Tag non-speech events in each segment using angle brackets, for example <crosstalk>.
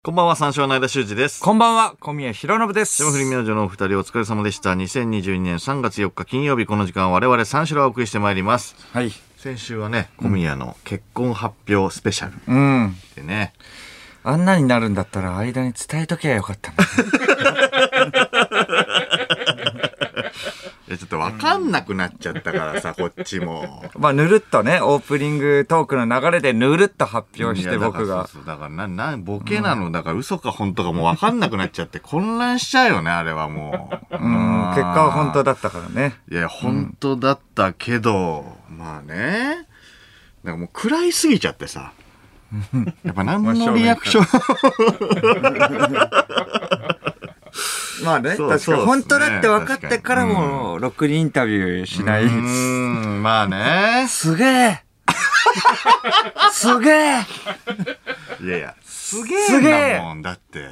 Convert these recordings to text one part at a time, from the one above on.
こんばんは、三章の間修二です。こんばんは、小宮弘信です。霜降り明星のお二人お疲れ様でした。2022年3月4日金曜日この時間我々三四郎をお送りしてまいります。はい。先週はね、小宮の結婚発表スペシャルうん。でね、あんなになるんだったら間に伝えとけばよかったんだねいやちょっとわかんなくなっちゃったから <laughs> さ、こっちも。 <laughs> まあ、ぬるっとね、オープニングトークの流れでぬるっと発表しいてやだから僕が。そうそうだからな、な、ボケなの、だから嘘か本当かもうわかんなくなっちゃって混乱しちゃうよね、あれはもう。ううん、結果は本当だ。だったからね。いや、本当だったけど、まあね。なんかもう暗いすぎちゃってさ。やっぱ何のリアクシ <laughs> ョンまあね、そう確そうかですねに。本当だって分かってから確かにも、ろくにインタビューしなうい。ーん、まあね。すげ <laughs> えすげえいやいや、すげすげええだもん、だって。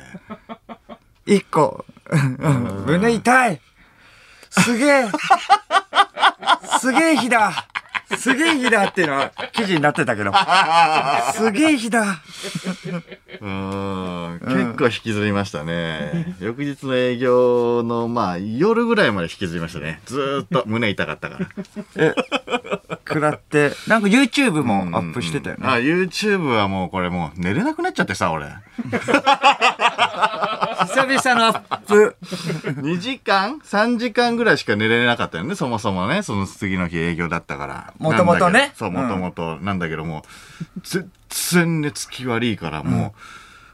一個。胸痛い。すげえ。すげえ日だ。すげえ日だっていうのは記事になってたけど。すげえ日だ。うーん、結構引きずりましたね。翌日の営業の、まあ、夜ぐらいまで引きずりましたね。ずーっと胸痛かったから。くらって。なんか YouTube もアップしてたよあ、ね。 YouTube はもうこれもう寝れなくなっちゃってさ、俺。久々のアップ。 2時間 ?3 時間ぐらいしか寝れなかったよね、そもそもね。その次の日営業だったから。元々なんだねけどそう、うんもともと。なんだけどもう、全然寝つき悪いから、も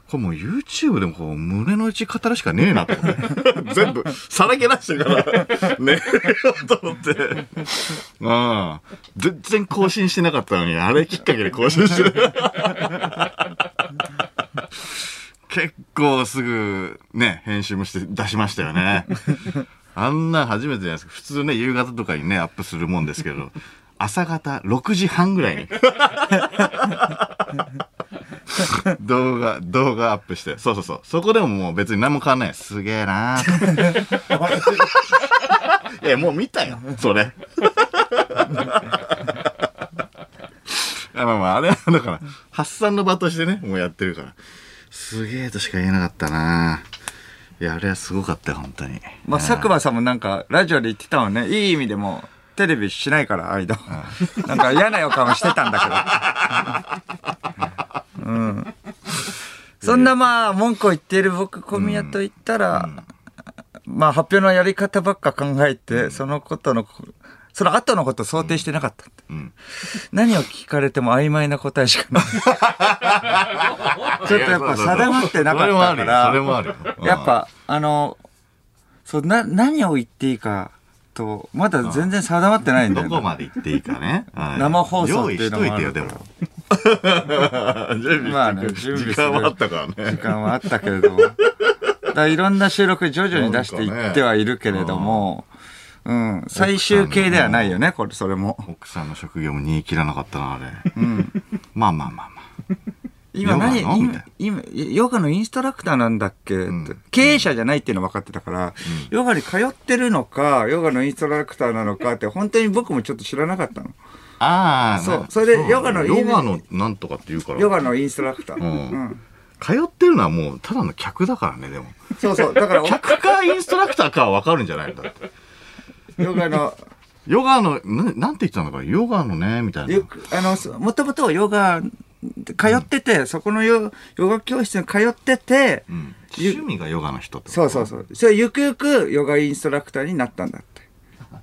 う、これもう YouTube でもこう胸の内語るしかねえ <laughs> なと思って。全部、さらけ出してから、 <laughs> 寝れようと思って。うん。全然更新してなかったのに、あれきっかけで更新して <laughs> る。結構すぐ、ね、編集もして出しましたよね。あんなん初めてじゃないですか。普通ね、夕方とかにね、アップするもんですけど、 <laughs> 朝方6時半ぐらいに。 <laughs> 動画、動画アップして。そうそうそう。そこでももう別に何も変わんない。すげえなー <laughs> いや、もう見たよ。それ。い <laughs> やまあまあ、あれはだから、発散の場としてね、もうやってるから。すげえとしか言えなかったなぁ。いや、あれはすごかったよ、本当に。まあ、佐久間さんもなんかラジオで言ってたのね。いい意味でも。テレビしないから、間。なんか嫌な予感はしてたんだけど。 <laughs> うん。そんなまあ、文句を言っている僕、小宮と言ったら、まあ、発表のやり方ばっか考えて、そのことの、その後のこと想定してなかったって。ん何を聞かれても曖昧な答えし <laughs> かない。ちょっとやっぱ定まってなかったから。それもあるよ。やっぱ、あの、そう、な、何を言っていいかと、まだ全然定まってないんだどこよね。まで行っていいかね。はい生放送っていうのも用意しといてよ、でも。準まあ備ねして準時備する間はあったから時ね。間はあったけれども。だからいろんな収録徐々に出していってはいるけれども、うん、最終形ではないよね、これ、それも。奥さんの職業も煮え切らなかったな、あれ。まあまあまあまあ。今何、ヨガのみた今い、今、ヨガのインストラクターなんだっけ、んって経営者じゃないっていうの分かってたから、ヨガに通ってるのか、ヨガのインストラクターなのかって、本当に僕もちょっと知らなかったの。ああ、そうなそれでヨガのヨガのなんとかって言うから。ヨガのインストラクター。うんうん通ってるのはもうただの客だからね、でも。そうそう。だから、客かインストラクターかは分かるんじゃないのだって。ヨガの、ヨガの、ななんて言ってたのかなヨガのね、みたいなよ。く、あの、そもともとヨガ、通ってて、そこのヨヨガ教室に通ってて、うん趣味がヨガの人ってことそうそうそう。それゆくゆくヨガインストラクターになったんだって。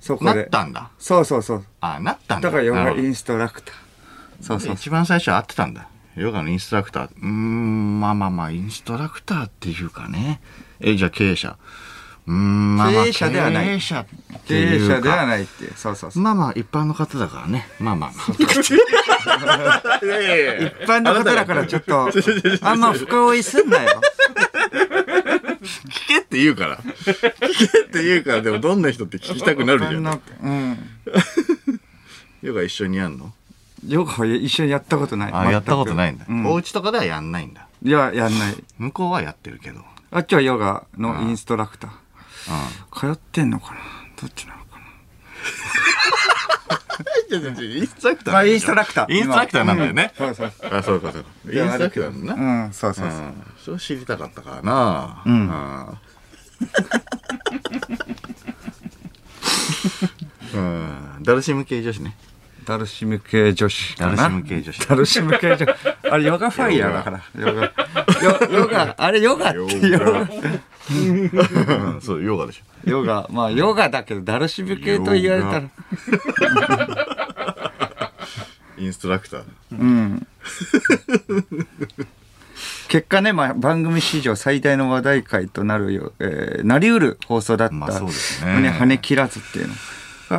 そこなで。ったんだ。そうそうそう。ああ、なったんだ。だからヨなガるほどインストラクター。そうそう一番最初会ってたんだヨガのインストラクターうーんまあまあまあインストラクターっていうかねえじゃあ経営者うーんまあまあ経営者ではない経営者って経い営うか者ではないっていう。そうそうそう。まあまあ一般の方だからねまあまあまあいやいやいや一般の方だからちょっと、あんま深追いすんなよ。聞けって言うから聞けって言うからでもどんな人って聞きたくなるあじゃんのうん。ヨガ一緒にやんのヨガは一緒にやったことない。全くんだ、うお家とかではやんないんだいや、やんない。向こうはやってるけどあっちはヨガのインストラクター。通ってんのかなどっちなのかな違う違う違うインストラクターまあインストラクター。インストラクターなんだよね。今うんそうそう。 <laughs> あ、そうかそうか。インストラクターなんだうな。ん、そうそううそう。ん。それ知りたかったからな。んうん。うん。ダルシム系女子ね。ダルシム系女子ダかルな。シム系女子。ダルシム系女子。あれ、ヨガファイヤーだから。ヨガ。ヨヨガ、あれ、ヨガってヨガ。うんそう、ヨガ <laughs> でしょ。ヨガ、まあ、ヨガだけど、ダルシム系と言われたヨら。インストラクター。うん。結果ね、まあ、番組史上最大の話題回となるよ、えーなりうる放送だった、まあそうですね跳ね切らずっていう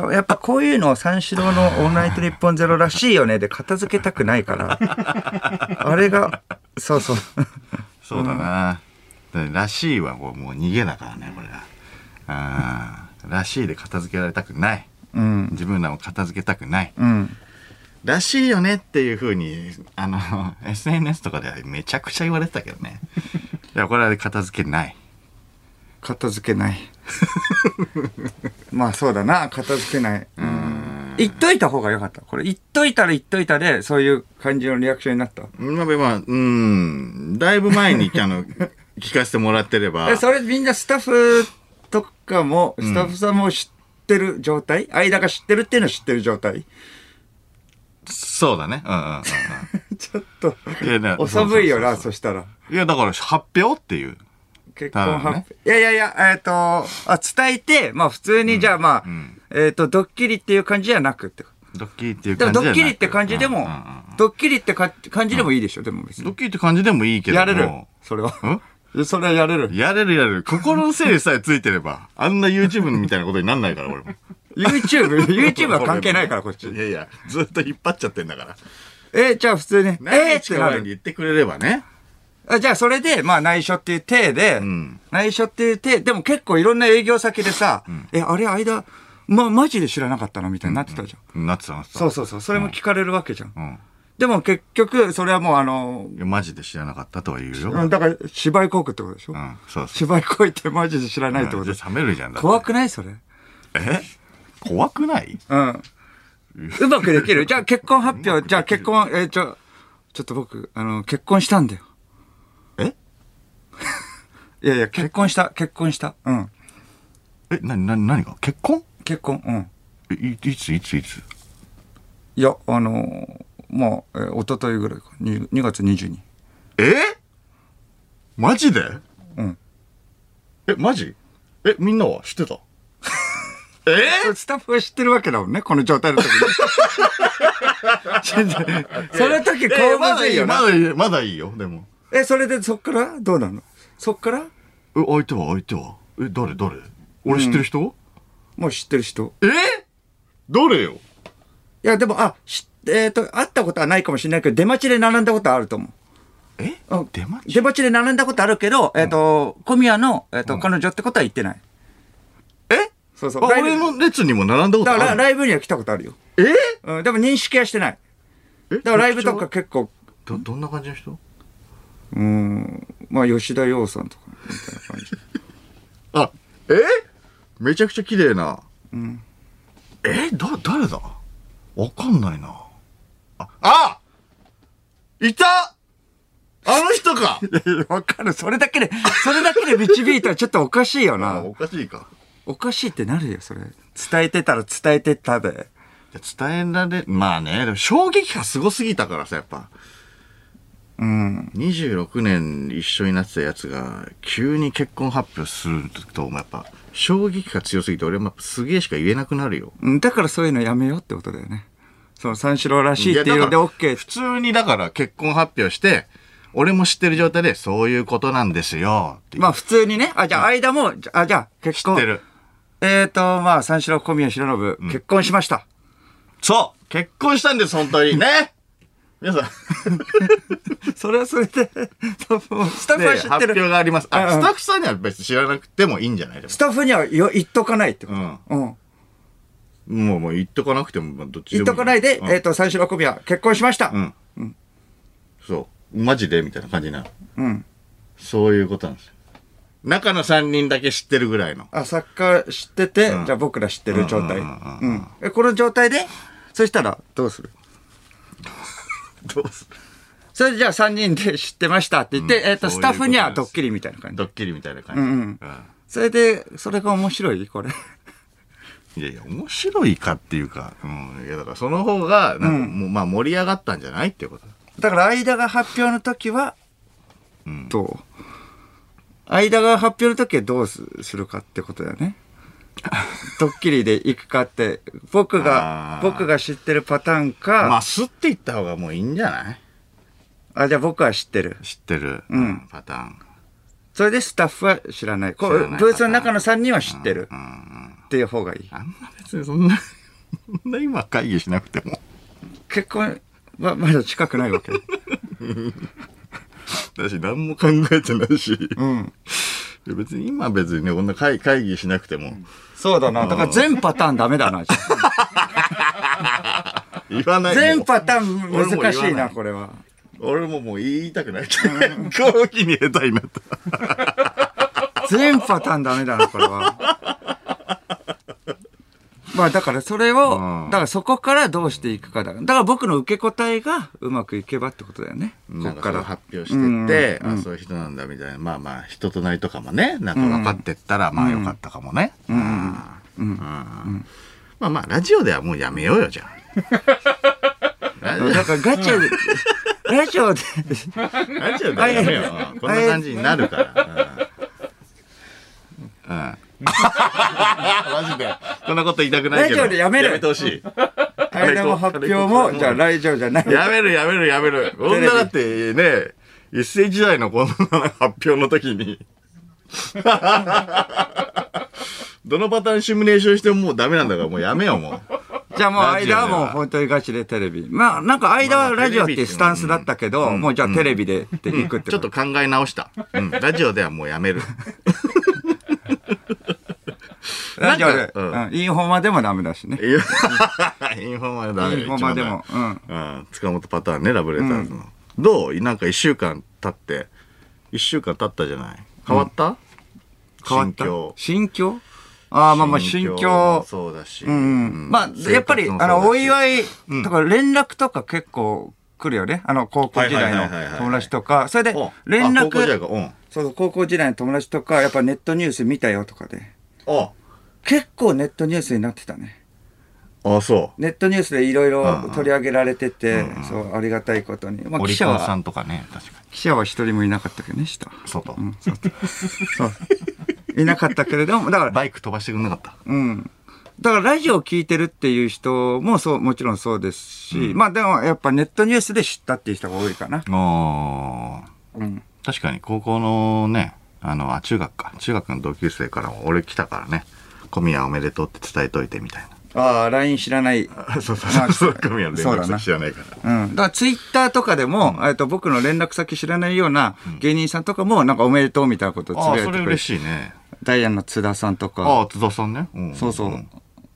の。あやっぱこういうのを三四郎の「オールナイトニッポンゼロらしいよねで片付けたくないから。 <laughs> あれが、そうそう。 <laughs> そうだな。だかららしいはもうもう逃げだからね、これは。あーらしいで片付けられたくない。うん。自分らも片付けたくない。うん。らしいよねっていうふうに、あの、SNS とかではめちゃくちゃ言われてたけど <laughs> ね。いや、これは片付けない。片付けない。 <laughs> まあそうだな、片付けない。うん。言っといた方が良かった。これ言っといたら言っといたで、そういう感じのリアクションになった。まあ、まあ、うん、だいぶ前に、あ <laughs> の、聞かせてもらってればえ、それみんなスタッフとかも、スタッフさんも知ってる状態、間が知ってるっていうのは知ってる状態 <laughs> そうだね。うんうんうんちょっと、うん。いやねお寒いよそうな、そうそしたら。そういや、だから発表っていう。結婚ただね発表。いやいやいや、えっ、と、あ、伝えて、まあ普通に、じゃあまあ、んえっ、と、ドッキリっていう感じじゃなくって。ドッキリっていうで感もじドじゃなくッキリって感じでも、うんうんうんドッキリってか感じでもいいでしょ、でも別ドッに。キリって感じでもいいけども。やれる。それは。んそれはやれる。やれるやれる。心の整理さえついてれ <laughs> ば、あんな YouTube みたいなことになんないから、俺も。 <laughs> YouTube、YouTube は関係ないから、こっいち。やいや、ずっと引っ張っちゃってんだから。え、じゃあ普通に、えー、ってな前にる。言ってくれればね。あじゃあそれで、まあ内緒っていう体で、ん内緒っていう体、でも結構いろんな営業先でさ、え、あれ、間、ま、マジで知らなかったのみたいになってたじゃん。なってたなってた。そうそうそう、それも聞かれるわけじゃん。うん。でも結局、それはもうあの、いや、マジで知らなかったとは言うよ。う、うんんだから芝居こくってことでしょ、そうそう。芝居こいてマジで知らないってことでしじょゃあ冷めるじゃんだって。 <laughs> 怖くないそれ。え怖くないうん。うまくで <laughs> きるじゃあ結婚発表、じゃあ結婚、えーちょ、ちょっと僕、あの、結婚したんだよ。え <laughs> いやいや、結婚した、結婚した。うん。え、な、な、何が結婚結婚、うん。えいいついついついや、あのーまあ、えー、一昨日ぐらいか。2, 2月22日。えマジでうん。え、マジえ、みんなは知っ <laughs> てたえスタッフが知ってるわけだもんね、この状態の時 <laughs> に。その時、こえうまずいよまな。だいいよ、まだいいよ、でも。え、それでそっからどうなのそっからえ、相手は相手はえ、誰誰俺知ってる人、もう知ってる人。え誰よいや、でも、あ、知って、えっ、と、会ったことはないかもしれないけど、出待ちで並んだことはあると思う。えうん出待ち出待ちで並んだことあるけど、えっ、と、小宮の、えっ、と、彼女ってことは言ってない。えそうそあう。ライブ俺の列にも並んだことだあかるら、ライブには来たことあるよ。えうん、でも認識はしてない。えだから、ライブとか結構、ど、どんな感じの人うーん、まあ、吉田洋さんとか、みたいな感じ。あ、えめちゃくちゃ綺麗な。えだ、誰だわかんないな。あ、あいたあの人 <laughs> かわかる。それだけで、それだけで導いたらちょっとおかしいよあ、な <laughs> お。かしいか。おかしいってなるよ、それ。伝えてたら伝えてたで。いや伝えられ、まあね、でも衝撃がすごすぎたからさ、やっぱ。うん。 26年一緒になってたやつが、急に結婚発表すると、やっぱ、衝撃が強すぎて、俺もやっぱすげえしか言えなくなるよ。うんだからそういうのやめようってことだよね。その三四郎らしいっていうのやでだから OK 普通にだから結婚発表して、俺も知ってる状態で、そういうことなんですよ、って言まあ普通にね。あ、じゃあ間も、じゃあ、じゃあ結婚。ってる。えーと、まあ、三四郎小宮白信、結婚し <laughs> ました。そう結婚したんです、本当に。 <laughs> ね皆さん、それはそれで、スタッフもスタッフはね知発っ表てる。があります。うんあ、うんスタッフさんには別に知らなくてもいいんじゃないでもスタッフにはよ言っとかないってこと。うん。うん。もう、もう言っとかなくても、まあどっちで言っもとかないで、うんえーと、三四郎小宮、結婚しました。うん。そう。マジでみたいな感じになる。うん。そういうことなんですよ。中の3人だけ知ってるぐらいの。あ、サッカー知ってて、うんじゃあ僕ら知ってる状態。ううんうんん。えこの状態で、そしたら、どうする <laughs> どうするそれじゃあ3人で知ってましたって言って、うんえっ、と、そういスうタッフにはことドですッキリみたいな感じ。ドッキリみたいな感じ。うんうんそれで、それが面白いこれ。いやいや、面白いかっていうか、うん。いや、だからその方が、なんかもうまあ盛り上がったんじゃないっていうこと。だから、間が発表の時は、うんどう間が発表の時はどうすするかってことだ <laughs> よね。ドッキリで行くかって、僕があ、ー僕が知ってるパターンか、まあ、すっていった方がもういいんじゃないあ、じゃあ僕は知ってる。知ってる、うんパターン。それでスタッフは知らない。こ知らう、ないブースの中の3人は知ってるうんうん。っていう方がいい。あんな別にそんな、そんな今会議しなくても。結婚はまだ近くないわけ。だし、何も考えてないし。うん。いや別に今別にね、こんな会会議しなくても。そうだな。だから全パターンダメだな。言わない。全パもターン難し俺も言わいな、ないこれは。う俺ももう言いたくない。 <laughs> 後期に下手になった。全パターンダメだな、これは。まあだからそれを、うんだからそこからどうしていくかだ。だから僕の受け答えがうまくいけばってことだよね。こなんっかかそうら。発表してって、うんあ、そういう人なんだみたいな。まあまあ、人となりとかもね、なんか分かってったら、まあよかったかもね。うん。うんまあまあ、ラジオではもうやめようよ、じゃ <laughs> あ。ラジだからガチャで、ラジオで、オラジオではやめよううはいんこんな感じになるから。うん。うん <laughs> マジで。こんなこと言いたくないけど。ラジオでやめるやめてほし <laughs> い。間も発表も、じゃあ来場じゃない。やめるやめるやめ <laughs> る。レビ女だってね、一世時代の <laughs> こんな発表の時に。 <laughs> どのパターンシミュレーションしてももうダメなんだからもうやめようもじゃあもう間はラジオでもうは本当にガチでテレビ。まあなんか間はラジオっていうスタンスだったけど、んもうじゃあテレビでって行くっう。てちょこっと考え直した。うん。ラジオではもうやめる。 <laughs> ラジオでな、んかうんインフォマでもダメだしね。いやインフォマでダメインフォマでも。一う番ん。ダメうん。塚本パターンね、ラブレターズの。どうなんか一週間経って、一週間経ったじゃない。変わった変わった心境。心境ああ、まあまあ心境も。そうだし。うん。まあ、やっぱり、あの、お祝いとか連絡とか結構来るよね。あの、高校時代はいはいはいはいはのい友達とか。それで、連高校時代絡、か。うん。そうそう、高校時代の友達とか、やっぱネットニュース見たよとかで。あ、結構ネットニュースになってたね。あ、そネットニュースでいろいうんうろん取り上げられてて、うんうんそう、ありがたいことに。まう。あ、オ記リ者コンさは、んとかね、確か記者は一人もいなかったけどね、下。に。外。 <laughs> そう。いなかったけれども、だから、バイク飛ばしてくれなかった。うん。だからラジオ聞いてるっていう人もそう、もちろんそうですし、まあでもやっぱネットニュースで知ったっていう人が多いかな。あうん。ー確かに高校のね、あの、あ、中学か。中学の同級生からも、俺来たからね、小宮おめでとうって伝えといてみたいああ、LINE 知らない。な。そうそうまあそう。小宮の連そうだ絡な先知らないから。うん。だからツイッターとかでも、えっと僕の連絡先知らないような芸人さんとかもなんかおめでとうみたいなことをつあぶあ、やいそれてくれて嬉しいね。ダイアンの津田さんとか。ああ、津田さんね。んそう <laughs> そん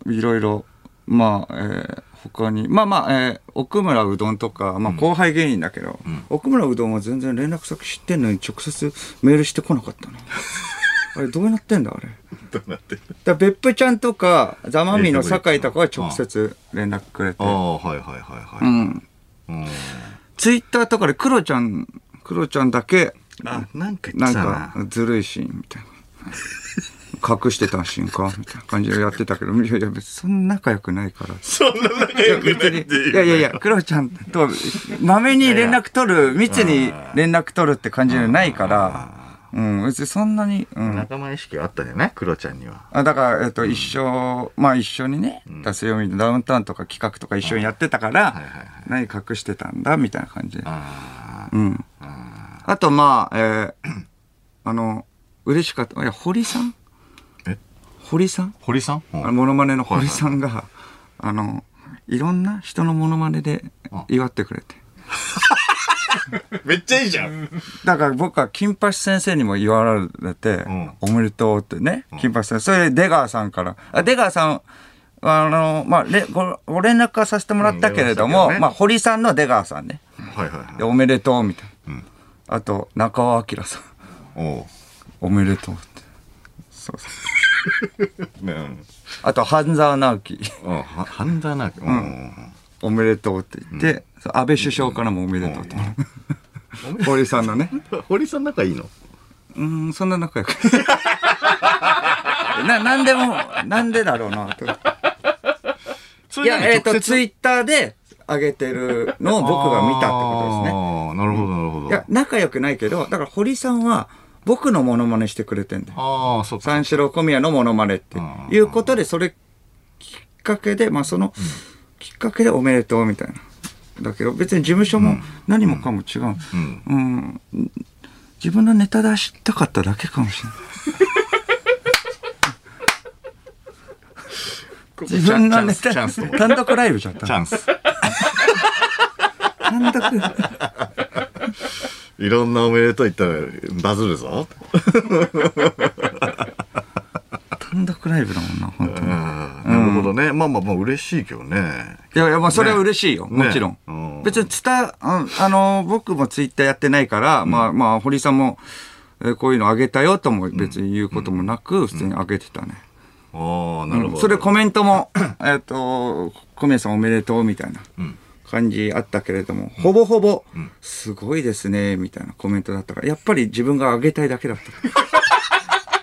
う。いろいろ、まあ、えー他に、まあまあ、えー奥村うどんとか、まあ後輩芸人だけど、奥村うどんは全然連絡先知ってんのに直接メールしてこなかった <laughs> な。あれどうなってんだあれ。だかどうなってるら別府ちゃんとか、ザマミィの酒井とかは直接連絡くれてあ。あ、はいはいはいはうい。ん。うんツイッターとかでクロちゃん、クロちゃんだけ、あ、なんか言なっんてたなか。ずるいシーンみたい <laughs> な。隠してたシーンかみたいな感じでやってたけど、いやいや別にそんな仲良くないから。そんな仲良くないっていう。いやいやいや、クロちゃんと、まめに連絡取る、密に連絡取るって感じじゃないから、うん、別にそんなに、うん。仲間意識はあったんじゃないクロちゃんには。あだから、えっと、一緒、まあ一緒にね、出すよみダウンタウンとか企画とか一緒にやってたから、いはいはい何隠してたんだみたいな感じで。あうん。あと、まあ、えー <clears throat> あの、嬉しかった。いや、堀さんえ堀さん堀さんあのモノマネの堀さんが、あの、いろんな人のモノマネで祝ってくれて。めっちゃいいじゃん。だから僕は金八先生にも言われて、んおめでとうってね、金八先生。それで出川さんから、あ出川さん、あの、まあ、れごご連絡はさせてもらったけれどうも、ん連絡したけどねまあ、堀さんの出川さんね。はいはいではい。おめでとうみたいな。あと、中尾明さん、おうおめでとうって。そうそう。ねうんあと、半沢直 <laughs> 樹。うんは半沢直樹うんおめでとうって言って、そう安倍首相からもおめでとう <laughs> って。堀さんのね。堀さん仲いいのうーん、そんな仲良く。 <laughs> な、なんでも、なんでだろうな、と。そいや、えっ、と、ツいイッターで上げてるのを僕が見たってことですね。ねなるほどなるほいやど、仲良くないけど、だから堀さんは僕のモノマネしてくれてんだよ。ああそうか三四郎小宮のモノマネってあーいうことで、それきっかけで、まあその、きっかけでおめでとうみたいな。だけど別に事務所も何もかも違う。うんうん。自分のネタ出したかっただけかもしれない。自分のネチャンスチャンスと思タ、単独ライブじゃん。チャンス単独。いろんなおめでとう言ったらバズるぞ単独ライブだもんな、本当うんに。なるほどね、まあまあまあ嬉しいけどねいやいや、まあそれは嬉しいよ。ねもちろん。うん別にツタ、ああの、僕もツイッターやってないから、まあまあ、堀さんも、えーこういうのあげたよとも別に言うこともなく、普通にあげてたね。ああなるほど、それコメン <coughs> トも、えっと、小宮さんおめでとうみたいな感じあったけれども、ほぼほぼ、すごいですね、みたいなコメントだったから、やっぱり自分があげたいだけだっ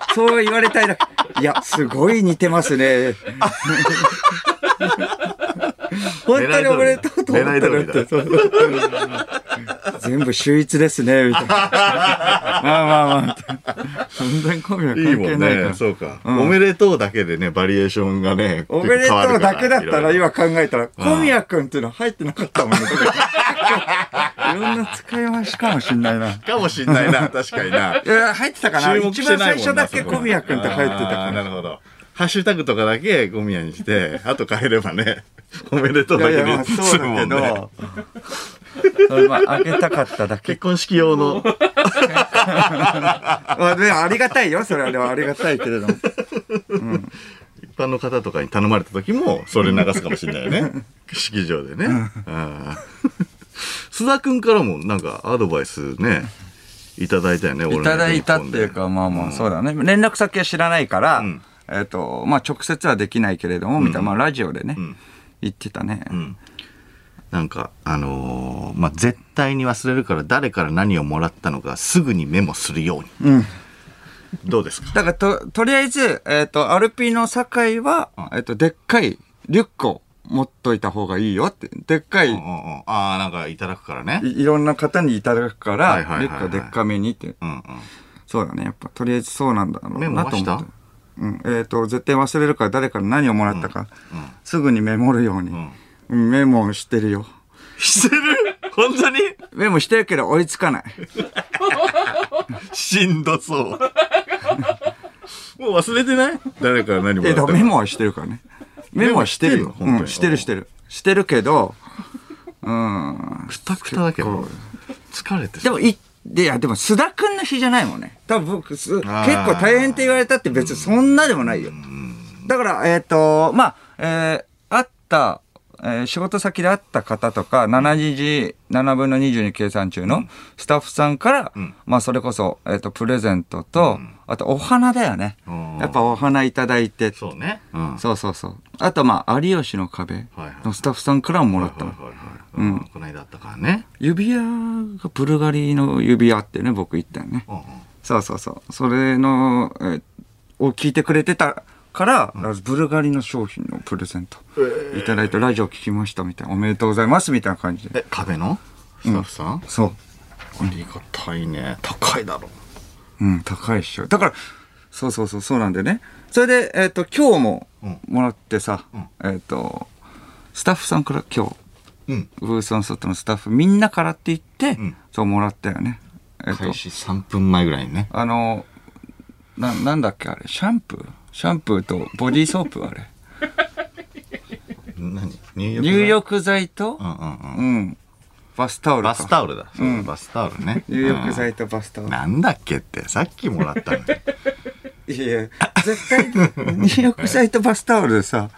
た。そう言われたい <laughs> だけ。いや、すごい似てま <laughs> すね。本当におめでとうと思ったら狙い通りだ <laughs> 全部秀逸ですね、みたい <laughs> な。まあまあまあ。 <laughs> 全然小宮関いいも係んないから。ね。そうか、おめでとうだけでね、バリエーションがね。おめでとうだけだ変わったらるから今考えたら、小宮くんっていうのは入ってなかったもんね。いろんな使い回しかもしんないな。いい <laughs> ろいろかもしんないな、確かにな。や、入ってたかな注目一して番ないもんな最初だけそこ小宮くんって入ってたあかーなるら。ほど。ハッシュタグとかだけゴミ屋に <laughs> して、あと変えればね、おめでとうだいけやいや、まであそ済うむもだけんね。ど。それまあ、あげたかっただけ結。婚式用の、 <laughs> まあ、でもありがたいよ、それは。でもありがたいけれども。一般の方とかに頼まれた時も、それ流すかもしれないよ <laughs> ね。式場でね。あー <laughs> 須田くんからもなんかアドバイスね、いただいたよね、俺いただいたっていうか、まあまあ、そうだね。連絡先は知らないから、んえっ、と、まあ直接はできないけれども、みたいな、まあラジオでね、ん言ってたね。なんか、あのーまあ、絶対に忘れるから誰から何をもらったのかすぐにメモするように。どうですかだからと、とりあえず、えっ、と、アルピーの酒井は、えっ、と、でっかいリュックを持っといた方がいいよって、でっかい、うんうんうんああ、なんかいただくからね。いいろんな方にいただくから、はいはいはいはいリュックはでっかめにって。うんうん。そうだね。やっぱ、とりあえずそうなんだろうメモなはとし思たって。うん、えっ、と、絶対忘れるから誰から何をもらったか、すぐにメモるように、うんメモをしてるよ。してる本当にメモしてるけど追いつかない。しんどそう。もう忘れてない誰から何もらえ、っただのからメモはしてるからね。メモはしてるよ。メモうん、ししててんのるしてる。してるけど、うん。くたくただけど。疲れてでる。も、い、で、いや、でも、須田くんの日じゃないもんね。多分僕、す結ー構大変って言われたって別にそんなでもないよ。だから、えっ、と、まあ、えー、会った、えー仕事先で会った方とか、7時、7分の22計算中のスタッフさんから、まあ、それこそ、えっ、と、プレゼントと、あと、お花だよねうん。やっぱお花いただいて、そうね。うん。はいそうそうそう。あと、まあ、有吉の壁のスタッフさんからももらったはいの。はい。うん。この間あったからね。指輪がブルガリの指輪ってね、僕言ったよね。うんうん。そうそうそう。それの、えーを聞いてくれてたから、ブルガリの商品のプレゼントいただいて、ラジオ聞きましたみたいな、おめでとうございますみたいな感じで。え、壁のスタッフさんそう。ありがたいね。高いだろ。うん、高いっしょ。だから、そうそうそう、そうなんでね。それで、えっ、と、今日もうんもらってさ、えっ、と、スタッフさんから今日、うん。ブースの外のスタッフみんなからって言って、んそうもらったよね。えっ、と開、始3分前ぐらいにね。あの、な、なんだっけあれ、シャンプーシャンプーとボディーソープあれ。何入入ー浴剤とう、んうんう。うんん、バスタオルか。バスタオルだ。そうバスタオルね。 <laughs> 入浴剤とバスタオうん。ル。なんだっけって、さっきもらった <laughs> のに。いやいや、絶対、入浴剤とバスタオルでさ、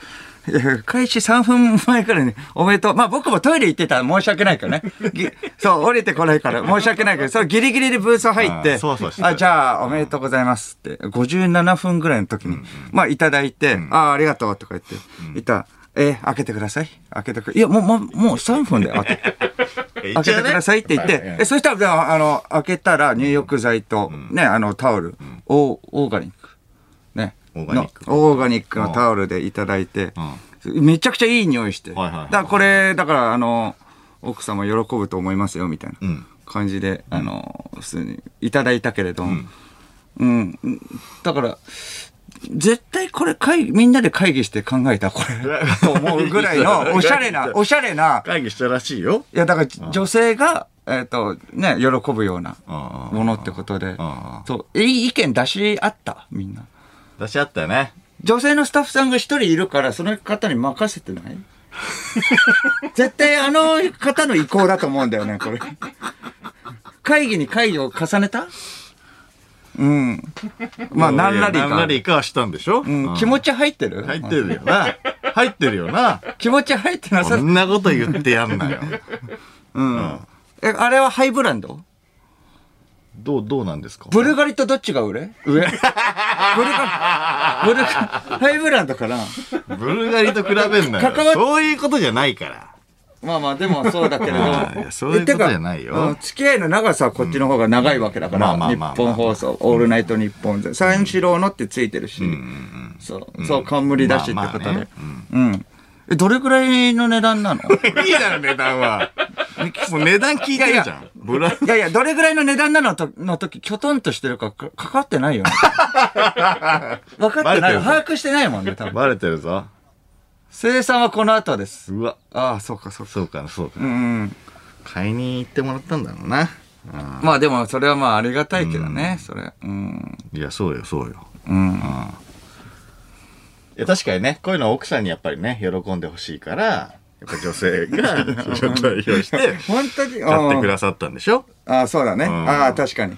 いや開始3分前からね、おめでとう。まあ僕もトイレ行ってたら申し訳ないからね。ぎそう、降りてこないから申し訳ないけど、それギリギリでブース入っあて、ーそうそうしてたあ、じゃあおめでとうございますって、57分ぐらいの時に、まあいただいて、ああ、ありがとうとか言って、いた。えー開けてください。開けてく、いや、もう、もう、もう3分で開けて。開けてくださいって言って、えそしたらでも、あの、開けたら入浴剤と、ね、あの、タオル、オーオーガニック。ね。オーガニックのオーガニックのタオルでいただいて、めちゃくちゃいい匂いして。はいはいはいだからこれ、だから、あの、奥様喜ぶと思いますよ、みたいうんな感じで、あの、普通にいただいたけれど、うん、うんだから、絶対これ会議、みんなで会議して考えた、これ。 <laughs> と思うぐらいの、おしゃれな、おしゃれな、会議したらしいよ。いや、だから女性が、えっ、と、ね、喜ぶようなああものってことでああ、そう、いい意見出し合った、みんな。出し合ったよね。女性のスタッフさんが一人いるから、その方に任せてない <laughs> 絶対あの方の意向だと思うんだよね、これ。会議に会議を重ねたうん。まあ、何ラリ何ラーリーかはしたんでしょか。うん、気持ち入ってる入ってるよな。入ってるよ <laughs> な。気持ち入ってなそさ、んなこと言ってやん <laughs> なよ。うん。え、あれはハイブランドどう、どうなんですかブルガリとどっちが上上。 <laughs> ブルガリ。ブルガリ。ハイブランドかな。ブルガリと比べんなよ関わっ。そういうことじゃないから。まあまあ、でもそうだ <laughs> けれどああいや。そういうことじゃないよえてかうん付き合いの長さはこっちの方が長いわけだから。うんまあまあまあまあ日本放送、オールナイト日本で。三四郎のってついてるし。そう、そう、冠だしってことまあまあでね。うん。え、どれくら <laughs> いの値段なのいいだろ、値段は。もう値段聞いてるじゃん。ブラいやいや、どれぐらいの値段なのと、の時、きょとんとしてるか、かかかってない <laughs> よね。分かってバレなてい。るぞ把握してないもんね、多分。バレてるぞ。生産はこの後です。うわ。ああ、そうか、そうか。そうかな、そうかう。ん。買いに行ってもらったんだろうな。まあでも、それはまあありがたいけどね、それ。うん。いや、そうよ、そうよ。うん。いや、確かにね、こういうのは奥さんにやっぱりね、喜んでほしいから、やっ <laughs> ぱ女性が、ちょっと代表して、本当に買ってくい。ださったんでしょああ、そうだね。んああ、確かに。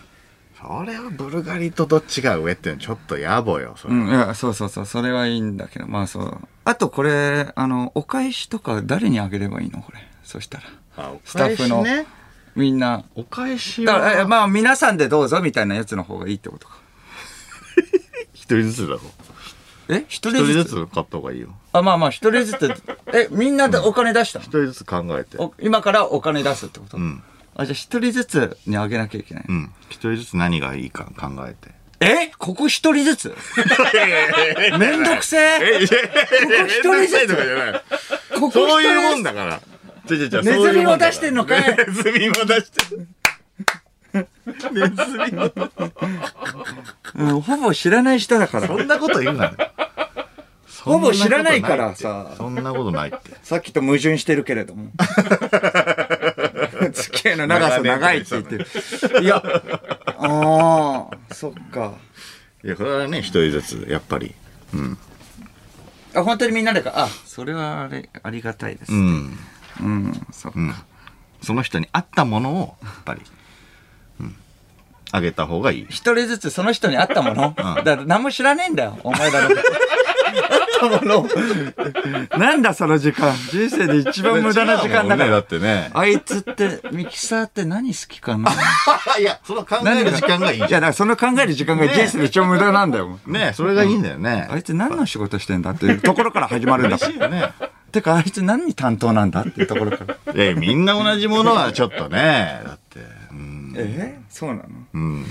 それはブルガリとどっちが上っていうのちょっと野暮よ、それ。うん、いや、そうそうそう、それはいいんだけど、まあそう。あとこれ、あの、お返しとか誰にあげればいいのこれ。そしたら。あおスタッフのね。みんな。お返しだからえは、まあ皆さんでどうぞみたいなやつの方がいいってことか。一人ずつだろ。え一一人人ずずつつ買った方がいいよ。あ、まあまあ一人ず <laughs> つ。え、みんなでお金出したの一、人ずつ考えて。お今からお金出すってこと、うん。あ、じゃあ一人ずつにあげなきゃいけない。うん。一人ずつ何がいいか考えて。えここ一人ずつ <laughs> めんどくせええ、いやいやここ一人めんどくずつさいとかじゃない。ここ一人ずつそういうもんだから。ちょちょちょネズミそういうもんだからも出してんのかいネズミも出してる。ネズミも。うん、ほぼ知らない人だから。そんなこと言うなよ。ほぼ知らないからさそんなことないって。さっきと矛盾してるけれど <laughs> も。付き合いの長さ長いって言ってる。いや、ああ、そっか。いや、これはね、一人ずつ、やっぱり。あ、本当にみんなでか。あ、それはあれ、ありがたいです。ううん、ん。そっうん。その人に合ったものを、やっぱり、うん。あげた方がいい。一人ずつその人に合ったもの、だから何も知らねえんだよ、お前だろ。合ったもの。なんだその時間。人生で一番無駄な時間 <laughs> だかね、だら。ってね。あいつって、ミキサーって何好きかな <laughs> いや、その考える時間がいいじゃいや、だからその考える時間が人生で一番無駄なんだよ。ん。ねそれがいいんだよね。あいつ何の仕事してんだっていうところから始まるん <laughs> だか嬉しいよね。ら。てか、あいつ何に担当なんだっていうところから。いや、みんな同じものはちょっとね。だって。 <laughs> えそうなのうん。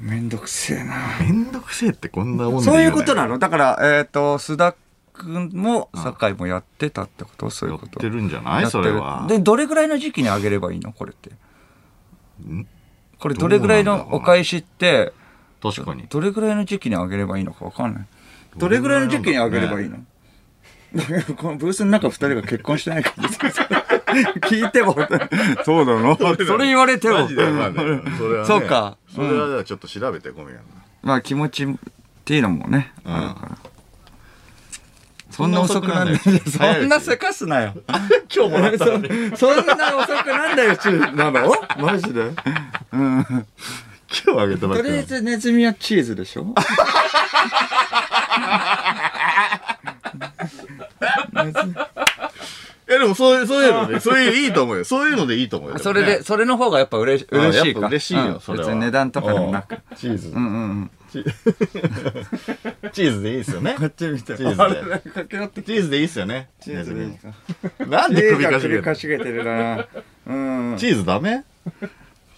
めんどくせえな。めんどくせえってこんなもんでそういうことなののだから、えっ、と、須田くんも、酒井もやってたってことそういやっうこと。てるんじゃやなっているそれは。で、どれぐらいの時期にあげればいいのこれって。これどどうなんだれぐらいのお返しって、確かに。どれぐらいの時期にあげればいいのかわかんない。どれぐらいの時期にあげればいいの、 <laughs> このブースの中二人が結婚してないからです。聞い <laughs> ても、そうだな。それ言われてもマジ。でまあねそれはねそうかそれはちょっと調べて、小宮の。まあ気持ちっていうのもね、あるから。そんな遅くなんだよ。そんな遅くなんだよ <laughs> そんなせかすなよ。 <laughs> 今日もらったのに。 <laughs> そんな遅くなんだよ、チーズ。<laughs> なのマジでうん。今日あげたばっとかりあえり。ずネズミはチーズでしょいやでもそういう、そういうので、そういういいと思うよ。 <laughs> そういうのでいいと思うよ。それもねで、それの方がやっぱ嬉し嬉しやいっか。ぱ嬉しいようんそれは別に値段とかでもなく。チーズう。んうんチーズでいいですよね。うん。ち見てチーズであれなんか駆け寄ってチーズでいいですよね。チーズでいいか。なんで首かしげるのしげてるな。うん。チーズダメ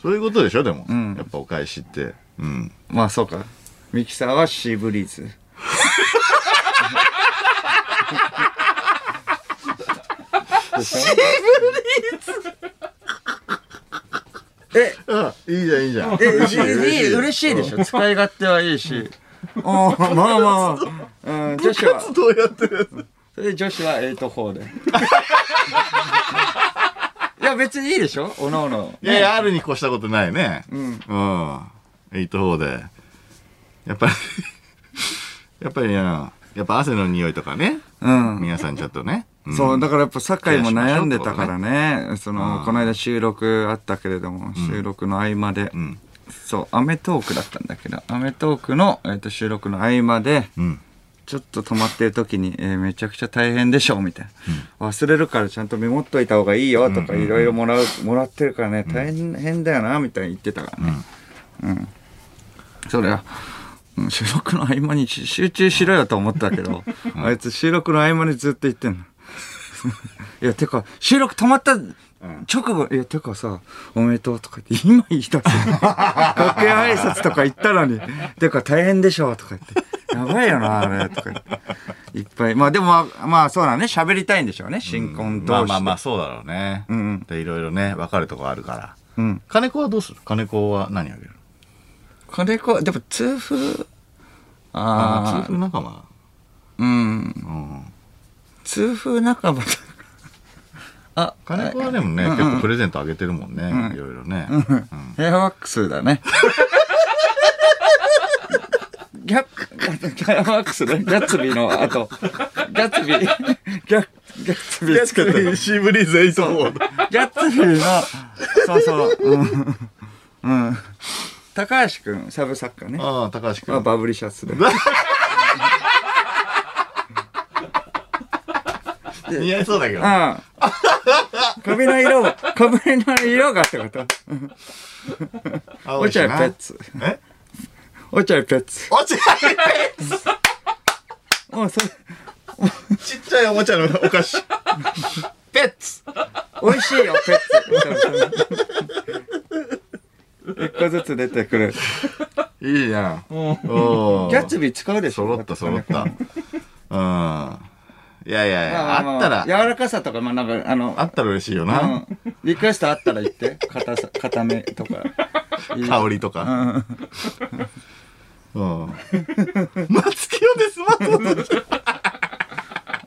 そういうことでしょ、でもん。やっぱお返しって。うん。まあそうか。ミキサーはシーブリーズ。シーブリーズあ、いいじゃん、いいじゃん。え、え、嬉しい、嬉しい。嬉しい、嬉しいでしょ。使い勝手はいいし。おーまあまあ。うん、女子は、どうやってるやつそれで女子は8と4で。 <laughs> いや、別にいいでしょおのおの。いやいや、あるに越したことないね。ううんん。 8-4で。やっぱり、 <laughs> やっぱりな、やっぱ汗の匂いとかね。うん。皆さんちょっとね。んそう、だからやっぱ酒井も悩んでたからね、その、この間収録あったけれども、収録の合間でう、ん。そう、アメトークだったんだけど、アメトークの、えーと収録の合間で、うん。ちょっと止まってる時に、えーめちゃくちゃ大変でしょ、みたいな。忘れるからちゃんとメモっといた方がいいよ、とか、いろいろもらう、もらってるからね、大変だよな、みたいに言ってたからね。うん。それは、うん収録の合間に集集中しろよと思ったけど、 <laughs> あいつ収録の合間にずっと言ってんの。 <laughs> いや、てか、収録止まった直後、いや、てかさ、おめでとうとか言って、今言 <laughs> い出す。楽屋挨拶とか言ったのに、てか大変でしょとか言って、やばいよな、あれ、とか言って。いっぱい。まあでも、まあ、まあそうだね、喋りたいんでしょうね、新婚同まあ士。まあまあ、そうだろうね。うんうんで、いろいろね、分かるとこあるから。うん。金子はどうする金子は何あげるこれこ、でも、痛風、ああ、あ通風仲間。あ、うん。うん。痛風仲間だあ、金子はでもね、結構プレゼントあげてるもんね。いろいろね。ヘアワックスだね。ギャッ、ヘアワックスね。ギャッツビーの後。ギャッツビー、ギャッ、ギャッツビー作ったの。ギシーブリーズ8ホーャッツビーの、そうそう。うん。うん、高橋くん、サブ作家ね。ああ、高橋まあ、君。バブリシャツで。似合いそうだけど。うん。髪の色を、髪の色がってこと。青落いし合なペッ。ツ。え落合ペッツ。落合ペッツもうそれ、 <laughs> ちっちゃいおもちゃのお菓子。ペッツ美味しいよ、ペッツ。一個ずつ出てくる。いいじゃん。おーギャッツビー使うでしょ揃った揃った。うん。いやいやいままや、まあったら、柔らかさとか、まあ、なんか、あのあ、ったら嬉しいような。んリクエストあったら言って。硬さ、硬めとか。香りとか。うん。 <laughs> 松清です、松清です。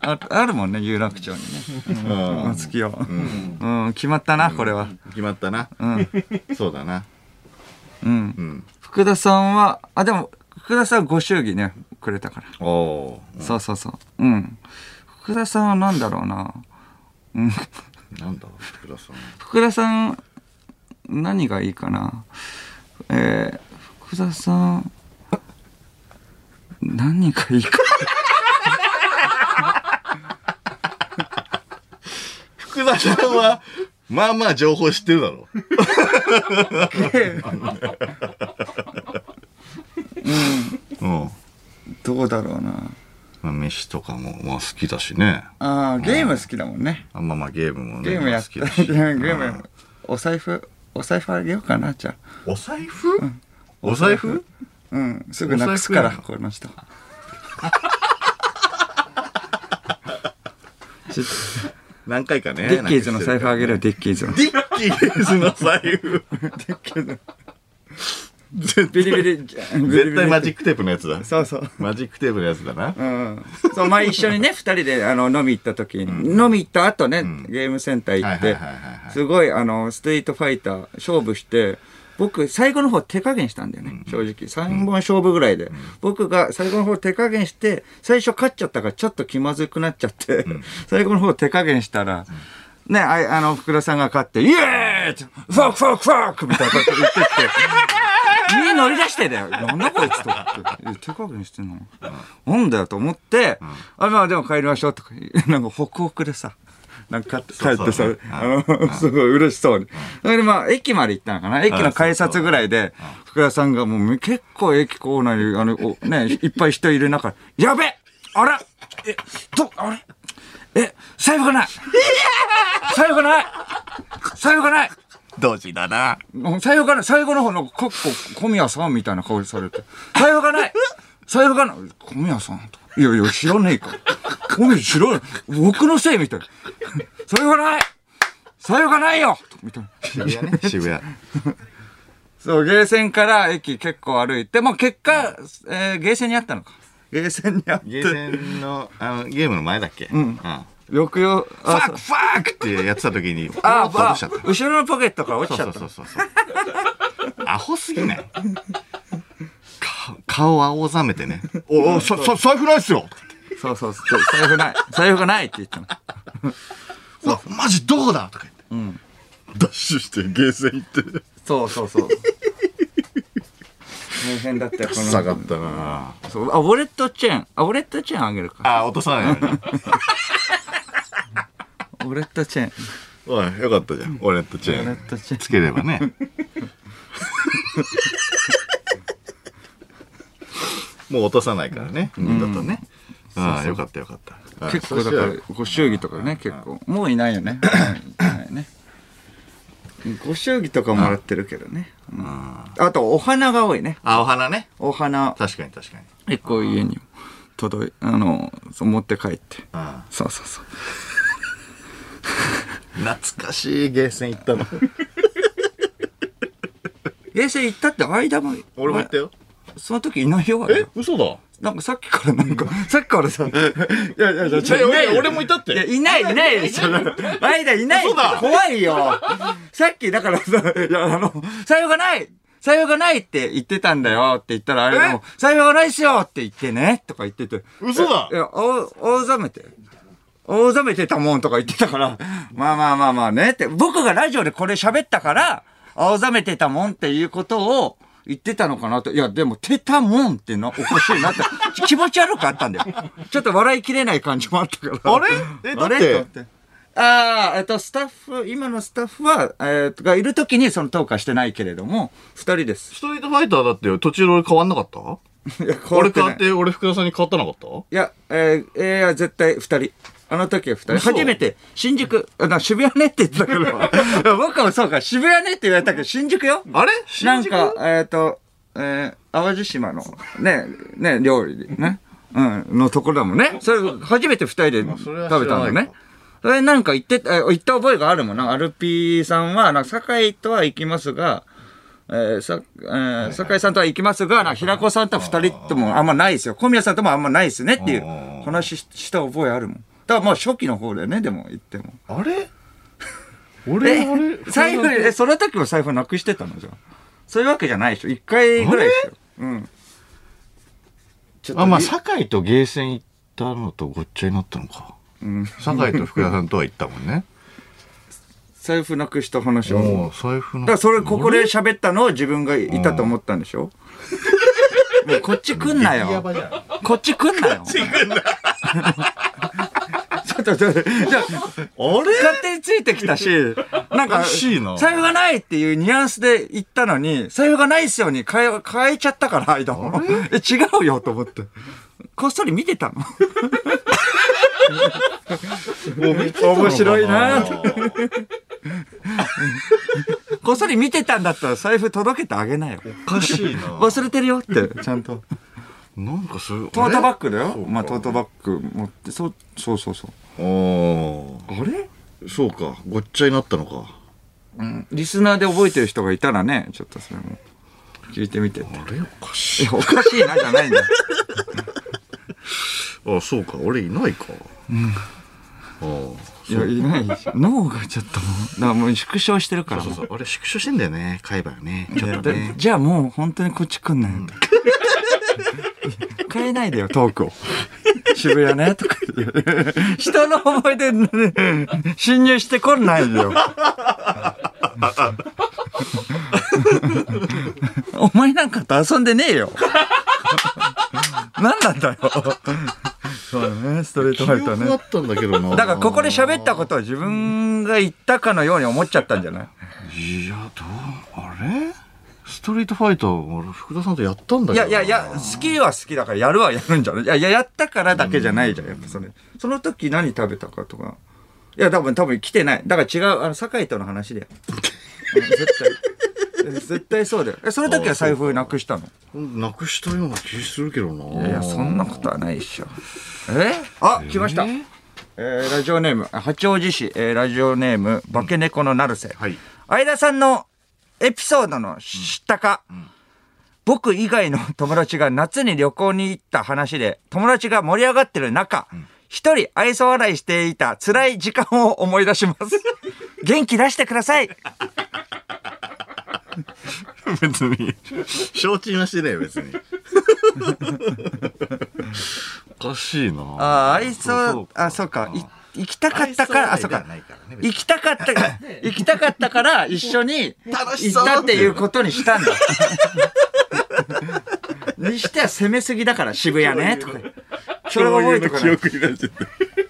ああるもんね、有楽町にね。うん松木を。うん、決まったな、これは。決まったな。うん。そうだな。うん。うん。福田さんは、あ、でも、福田さんはご祝儀ね、くれたから。おおー。そうそうそう。うん。福田さんはなんだろうな。うん。なんだろう、福田さん。福田さん何がいいかなえー、福田さん何がいいか福田さんは、まあまあ情報知ってるだろ。うん。 <laughs> どうだろうなまあ、飯とかも、まあ好きだしね。あーゲーム好きだもんねあんまあまあゲームもね。ゲームまやあっ好てき <laughs> ゲだ <laughs> し。ームゲーうんムお財布お財布あげようかなじゃあお財布お財布うんすぐなくすからお財布この <laughs> 人ちょっ何回かね。とデッキーズの財布あげるる。よデッキーズのディッキーズの財布。絶 <laughs> ビリビ <laughs> リビリビリ絶対マジックテープのやつだ。そうそうマジックテープのやつだな。うんそう、前一 <laughs> 緒にね、二人で、あの、飲み行った時に、飲み行った後ね、ゲームセンター行っはいてはいはいはいは、いすごい、あの、ストリートファイター勝負して、僕、最後の方手加減したんだよね、正直。3本勝負ぐらいで。僕が最後の方手加減して、最初勝っちゃったからちょっと気まずくなっちゃって、 <laughs> 最後の方手加減したら、ね、あ <laughs> いあの、福田さんが勝って、イエーイってフォークフォークフォークみたいなこと言ってきて、に乗り出してだよ。なんだこいつと思って。え手加減してんのなんだよと思って、あ、まあでも帰りましょうとか、 <laughs> なんかホクホクでさ。なんか帰そうっ帰ってさそう、あの、 <laughs> すごい嬉しそうに。それでまあ、駅まで行ったのかな駅の改札ぐらいで、福田さんがもう結構駅構内に、あの、おね、いっぱい人いる中、やべえあらえ、と、あれえ、財布 <laughs> がない財布がない財布がない同時だな。最後から、最後の方の、かっこ、小宮さんみたいな顔されて。財布がない財布がない小宮さんとか。いやいや、知らねえから。小宮知らない。僕のせいみたいな。財布がない財布がないよみたいな。渋谷ね。 <laughs> 渋谷。そう、ゲーセンから駅結構歩いて、まあ結果、えーゲーセンにあったのか。ゲーセンにあっゲて。ーセンの、あの、ゲームの前だっけうん。ファ翌夜、あッそうクファックってやってた時に、あ、ポロッと落あとしちゃった。後ろのポケットから落ちちそゃっうたそ。うそうそう。アホすぎないか顔青ざめてね。おお、さ、さ、財布ないっすよそうそうそう。財布ない。財布がないって言ったの。うわ、マジどこだとか言って。ダッシュしてゲーセン行って。そうそうそう。大変だったよ、こ下がったなそうあ、ウォレットチェーン。あ、ウォレットチェーンあげるか。あ、落とさないようにな。ウォレットチェーン。おい、よかったじゃん。俺とチェウォレーンッ。トチェーン。つければね。 <laughs> もう落とさないからね。二度とね。ああ、よかったよかった。結構だから、ご祝儀とかね、結構。もういないよね。いないね。ご祝儀とかもらってるけどね。あと、お花が多いね。あ、お花ね。お花、確かに確かに。結構家に届い、あの、そう持って帰って。あそうそうそう。あ懐かしいゲーセン行ったの。衛星行ったって間も、 <laughs> 俺も行ったよ。その時いないよ。え嘘だ。なんかさっきからなんか、さっきか <laughs> らさ、いやいやいや、いやいや俺もいたっいや、て。いない、いないで <laughs> しょ。間いない。嘘だ怖いよ。さっき、だからさ、いや、あの、財布がない財布がないって言ってたんだよって言ったら、あれでも、財布がないっすよって言ってね、とか言ってて。嘘だいや、お大ざめて。大ざめてたもんとか言ってたから、まあまあまあまあねって、僕がラジオでこれ喋ったから、青ざめてたもんっていうことを言ってたのかなと。いや、でも、てたもんってのおかしいなって、 <laughs> 気持ち悪くあったんだよ。ちょっと笑いきれない感じもあったから。あれえだってあれと思ってああ、えっと、スタッフ、今のスタッフは、えっと、がいるときにその投下してないけれども、二人です。ストリートファイターだって途中で俺変わんなかったいや、こ俺買って、俺福田さんに買ったなかったいや、えー、えー、絶対二人。あの時は二人。嘘初めて、新宿、あな渋谷ねって言ってたけど、いや僕はそうか、渋谷ねって言われたけど、新宿よあれな新ん宿か、えっ、と、えー、淡路島の、ね、ね、料理 <laughs> ね、うん、のところだもんね。それ、初めて二人で食そべれはたんだ知らないねか。それなんか言って、えー言った覚えがあるもんな。アルピーさんは、なんか、堺とは行きますが、えー、さ、えー、堺さんとは行きますが、なんか、平子さんとは二人ともあんまないですよ。小宮さんともあんまないですねっていうあー話しした覚えあるもん。だからまあ、初期の方だよね、でも、言っても。あれえ <laughs> 俺、俺、財布、え、その時も財布なくしてたのじゃあそういうわけじゃないでしょ。一回ぐらいでしょ。うん。ちょっとあ、まあ、り酒井とゲーセン行ったのとごっちゃになったのか。うん。酒井と福田さんとは行ったもんね。財布なくした話を。だもう財布の。からそれ、ここで喋ったのを自分がいたと思ったんでしょもうこっち来んな俺。やよ。ばいじゃん。こっち来んなよ。こっち来んな。 <laughs> ちょっと、ちょっと、じゃああれ勝手についてきたし、なんおかか、しいな財布がないっていうニュアンスで言ったのに、財布がないっすよに変え、変えちゃったから、間を。え、違うよと思って。こっそり見てたの。面白いなこっそり見てたんだったら財布届けてあげなよ。おかしいな忘れてるよって、ちゃんと。なんかすごい。トートバッグだよ。そうかまあ、トートバッグ持って、そう、そうそうそう。グ。おあれーそうか。ごっちゃになったのか。うん。リスナーで覚えてる人がいたらね、ちょっとそれも、聞いてみてって。あれおかしいやおかしいなじゃないんだよ。い。あ、そうか。俺いないか。うん。ああ。いや、いないでしょ脳がちょっともう、だからもう縮小してるからそうもうそう。俺縮小してんだよね。海馬ね。ちょっとでね。じゃあもう本当にこっち来んなよ。変えないでよ、トークを。渋谷ね、とか言う。人の思い出にね侵入してこんないでよ。お前なんかと遊んでねえよ。何なんだよ。そうね、ストレートファイ記ト憶あね。ったんだけどな。だからここで喋ったことを自分が言ったかのように思っちゃったんじゃないいや、どう、あれストリートファイター、俺、福田さんとやったんだいけどやな。いやいや、好きは好きだからやるはやるんじゃないいやいや、やったからだけじゃないじゃん、やっぱそれ。その時何食べたかとか。いや、多分多分来てない。だから違う、あの、酒井との話だ <laughs> よ。うん絶対。絶対そうだよ。え、その時は財布なくしたのなくしたような気するけどな。いやいや、そんなことはないっしょ。えあ、来ました。えーラジオネーム、八王子市、えーラジオネーム、化け猫の成瀬。 <laughs> はい。相田さんのエピソードの知ったか、僕以外の友達が夏に旅行に行った話で、友達が盛り上がってる中、一、人愛想笑いしていた辛い時間を思い出 <laughs> します。元気出してください。別に、承知はしてねえよ、別に。 <laughs> おかしいな。ああ、愛想う、あ、そうか。い行きたかったから、あ、愛そう想笑いでかはないからね。別に行きたか <laughs> ったから、行きたかったから、一緒に楽行しっそうたっていうことにしたんだ。にしては攻めすぎだから、渋谷ね、とか。それを覚えてくそういれうの記憶になっちゃって。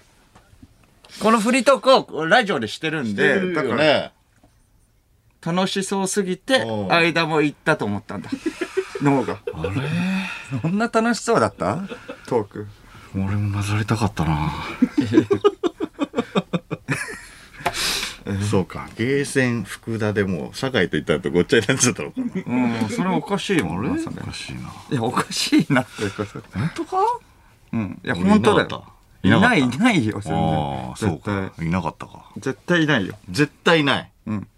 このフリートークをラジオでしてるんで、だからね。楽しそうすぎてう、ん間も行ったと思ったんだ。脳が。あれそんな楽しそうだったトーク。俺も混ざりたかったな。 <laughs> そうか、ゲーセン福田でもう、酒井と言ったらとごっちゃになっちゃったのかな。うん、それおかしいもんな、それおかしいな。いや、おかしいなっていうこと。本当かうん。いや、俺本当だよ。いいなかっなたい、いいなかったないよ、全あ然あ、。そう絶対か。。いなかったか。絶対いないよ。絶対ない。うん。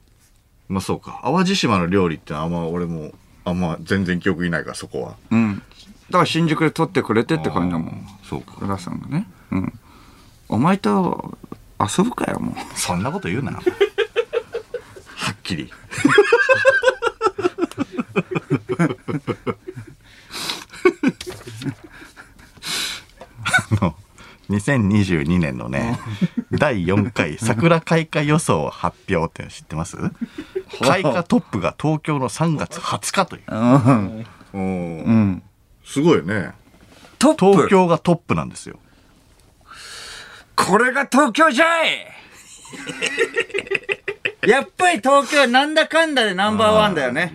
まあそうか。淡路島の料理ってあんま俺も、あんま全然記憶いないから、そこは。うん。だから新宿で撮ってくれてって感じだもん。あー。そうか。福田さんがね。うん。お前と遊ぶかよ、もう。そんなこと言うな。はっきり。あの、2022年のね、第4回桜開花予想発表っていうの知ってます開花トップが東京の3月20日という。うん。うん。すごいね。トップ東京がトップなんですよ。これが東京じゃ <laughs> いやっぱり東京なんだかんだでナンバーワンだよね。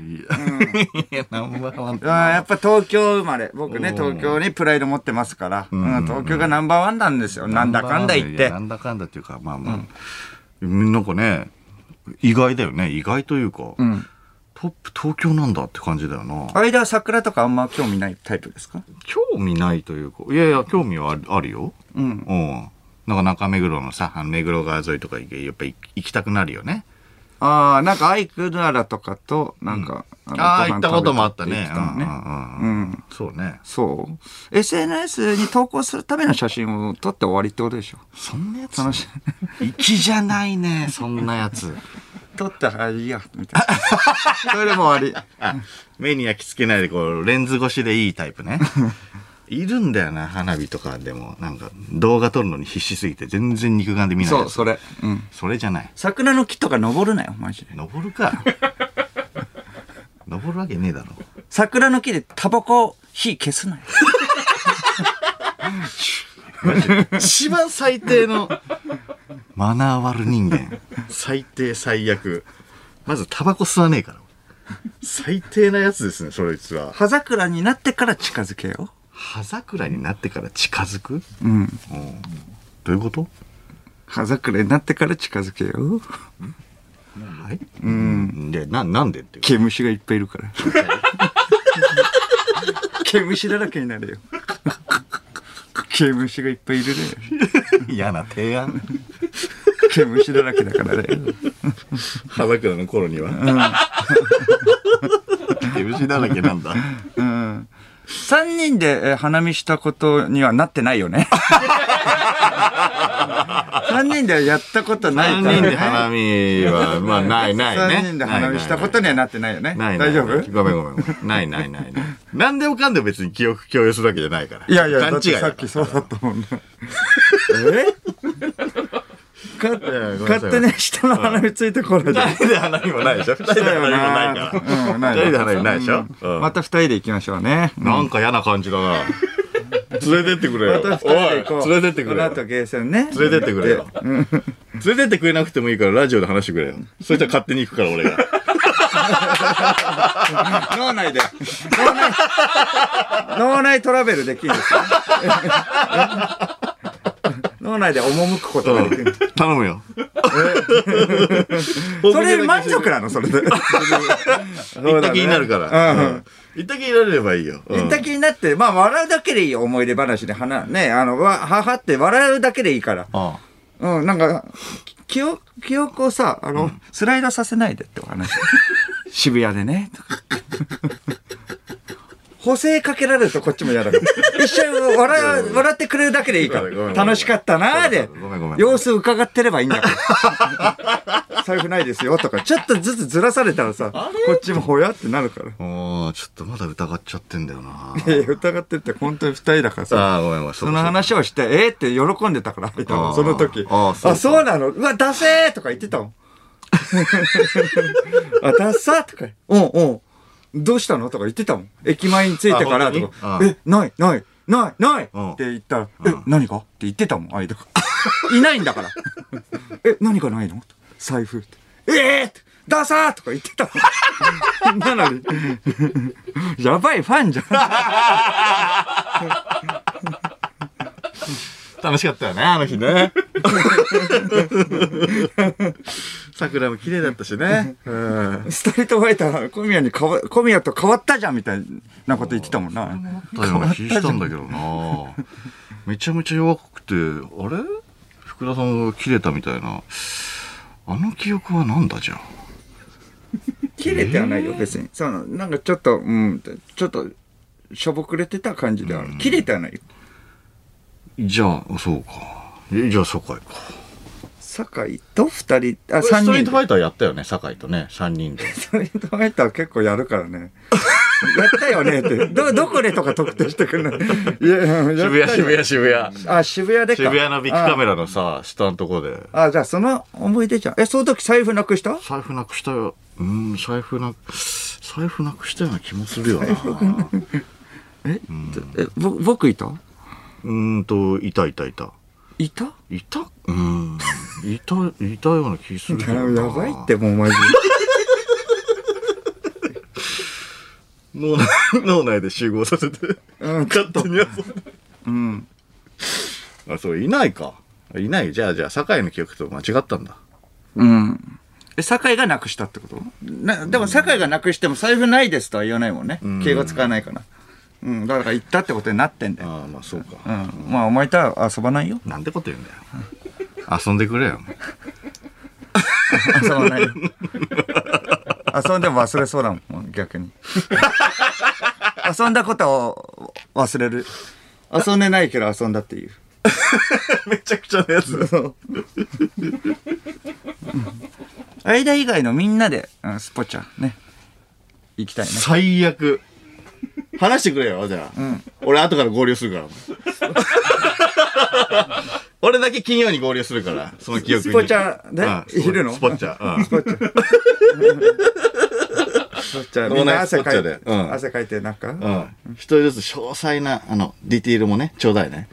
いや、ナンバーワンあーやっぱ東京生まれ。僕ね、おー東京にプライド持ってますから。うんんうんうん東京がナンバーワンなんですよ。なんだかんだ言っいやてな。んだかんだっていうか、まあまあ、なんかね、意外だよね。意外というか、うん。トップ東京なんだって感じだよな。間は桜とかあんま興味ないタイプですか興味ないというか、いやいや、興味はあるあるよ。うん。うん。なんか中目黒のさ、あの目黒川沿いとか行けやっぱ行行きたくなるよね。ああ、なんかアイクナラとかと、なんか、ああ、の行ったこともあったご飯ね。食べたって言ってたのねうんううんうんん。そうね。そう。SNS に投稿するための写真を撮って終わりってことでしょ。そんなやつ楽しい。行きじゃないね、そんなやつ。 <laughs> 撮ったらいいや、みたいな。 <laughs> それでも終わり。あ、目に焼き付けないで、こう、レンズ越しでいいタイ <laughs> プね。いるんだよな、花火とかでも。なんか、動画撮るのに必死すぎて、全然肉眼で見ないやそう、つ。それ。うん。それじゃない。桜の木とか登るなよ、マジで。登る <laughs> か。登るわけねえだろ。桜の木でタバコ火消 <laughs> すなよ。一番最低の、マナー悪人間。最低最悪。まず、タバコ吸わねえから。最低なやつですね、そいつは。葉桜になってから近づけよ。葉桜になってから近づくうん。うんどういうこと葉桜になってから近づけよ。はい。うん。で、な、なんでっていう毛虫がいっぱいいるから。 <laughs> 毛虫だらけになるよ。毛虫がいっぱいいるね。 <laughs> 嫌な提案。毛虫だらけだからね。葉桜の頃には。毛虫だらけなんだ。うん。三人でえー花見したことにはなってないよ <laughs> ね。三人ではやったことないから3人で花見は、まあ、ないないね。三人で花見したことにはなってないよね。ないない大丈夫ごめんごめんごめん。ないないないない。何でもかんでも別に記憶共有するわけじゃないから。いやいや、だ勘 <laughs> っ違ていさだっからきそうだったもんな。えかいやごめんなさい勝手に人の鼻についてこないで。二人で花火もないでしょ二人で花火もないから。うんない二人で花火ないでしょうんまた二人で行きましょうね。なんか嫌な感じだな。連れてってくれまよ。た二人で行おこう。い、連れてってくれこのよ後。ゲーセンね。連れてってくれよ。 <laughs> 連れてってくれなくてもいいからラジオで話してくれよ。そしたら勝手に行くから俺が。脳内で。脳内、脳内トラベルできる <laughs> んですよ。脳内で赴くことができる。うん頼むよ。それ満足なのそれで。行った気になるから。ううんん行った気になれればいいよ。うん行った気になって、まあ笑うだけでいいよ、思い出話で話、ね、あの、わ母って笑うだけでいいから。あうん、なんか、き記憶、記憶をさ、あの、スライドさせないでってお話。 <laughs> 渋谷でね。 <laughs> とか補正かけられるとこっちも嫌だから。一緒に笑う、笑ってくれるだけでいいかごめんごめら。ん楽しかったなーでごめんごめん、様子伺ってればいいんだから。 <laughs> 財布ないですよとか、ちょっとずつずらされたらさ、こっちもほやってなるから。あ。もう、ちょっとまだ疑っちゃってんだよ <laughs> な。いやいや疑ってって本当に二人だからさ。ああ、ごめんごめん。その話をして、えー、って喜んでたから、相手もあーその時。あーそうそうあ、そうなのうわ、ダセーとか言ってたも <laughs> ん。あ、ダッサーとか。うんうん。どうしたのとか言ってたもん。駅前に着いてからあと本か当。にえ、ない、ない、ない、ないうんって言ったら、え、何かって言ってたもん、相手が。 <laughs> いないんだから。 <laughs> え、何かないの財布って。えーってダサーとか言ってたもん。 <laughs> なのに。やばいファンじゃん。楽しかったよね、あの日ね。 <laughs> 桜も綺麗だったし <laughs> ね。うん。ストリートファイター、小宮に変わ、小宮と変わったじゃんみたいなこと言ってたもんな。だよな、聞いたんだけどな。めちゃめちゃ弱くて、あれ福田さんが切れたみたいな。あの記憶はなんだじゃあ。切れてはないよ、別に。その、なんかちょっと、うん、ちょっと、しょぼくれてた感じではある。切れてはないよ。じゃあ、そうか。えじゃあ、酒井か。酒井と二人、あ、ス三トリ人ーで。トファイターやったよね、酒井とね、3人で。ストリートファイター結構やるからね。 <laughs> やったよねって。ど、どこでとか特定してくんない。いや、や <laughs> 渋谷、渋谷、渋谷。あ、渋谷でか。渋谷のビッグカラ。メラのさ、下のとこで。あ、じゃあその思い出じゃん。え、その時財布なくした財布なくしたよ。うん、財布な、財布なくしたような気もするよ <laughs> な。え、え、ぼ、僕いたうーんと、いたいたいた。いたいたうーん。いた、いたような気するけどな <laughs> やばいって。もうマジで。脳内、 <laughs> 脳内で集合させて。うん勝手に遊んでうん。あ、そう、いないか。いない。じゃあ、じゃあ、酒井の記憶と間違ったんだ。うん。え、酒井がなくしたってことな、でも酒井がなくしても財布ないですとは言わないもんね。敬語使わないから。うん。だから行ったってことになってんだよ。ああ、まあ、そうか。。うん。まあ、お前とは遊ばないよなんてこと言うんだよ。遊んでくれよ。遊ばないよ。 <laughs> 遊んでも忘れそうだもん、逆に。 <laughs> 遊んだことを忘れる。遊んでないけど遊んだって <laughs> いう。めちゃくちゃなやつ。間以外のみんなで、うん、スポチャ、ね。行きたいね。最悪。話してくれよ、じゃあ。俺、後から合流するから。俺だけ金曜に合流するから、その記憶に。スポチャねうんいるのスポッチャ。うんスポッチャ。スポッチャ。脳内みんな汗かいスポッてチャ、でうん汗かいて、なんか、うん。一人ずつ詳細な、あの、ディティールもね、ちょうだいね。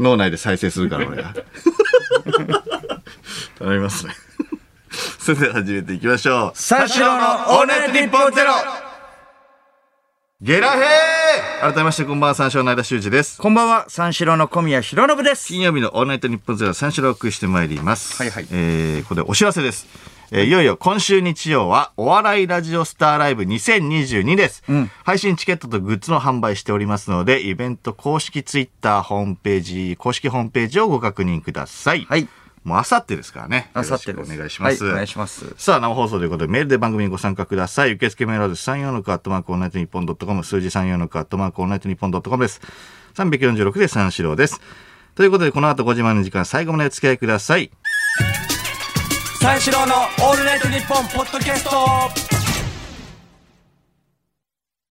脳内で再生するから、俺が。 <laughs> 頼みますね。それでは始めていきましょう。三四郎のオールナイトニッポンゼロゲラヘー改めまして、こんばんは、三四郎の間修二です。こんばんは、三四郎の小宮弘信です。金曜日のオールナイトニッポンゼロ三四郎をお送りしてまいります。はいはいえー、ここでお知らせです。えーいよいよ今週日曜はお笑いラジオスターライブ2022です、配信チケットとグッズの販売しておりますので、イベント公式ツイッターホームページ、公式ホームページをご確認ください。はい。もうあさってですからね。明後日よろでしくおす願いします。はいお願いしますさあ、生放送ということで、メールで番組にご参加ください。受付メールはです34のカットマークオールナイトニッポンドットコム、数字34のカットマークオールナイトニッポンドットコムです。346で三四郎です。ということで、この後5時までの時間、最後までお付き合いください。三四郎のオールナイトニッポンポッドキャスト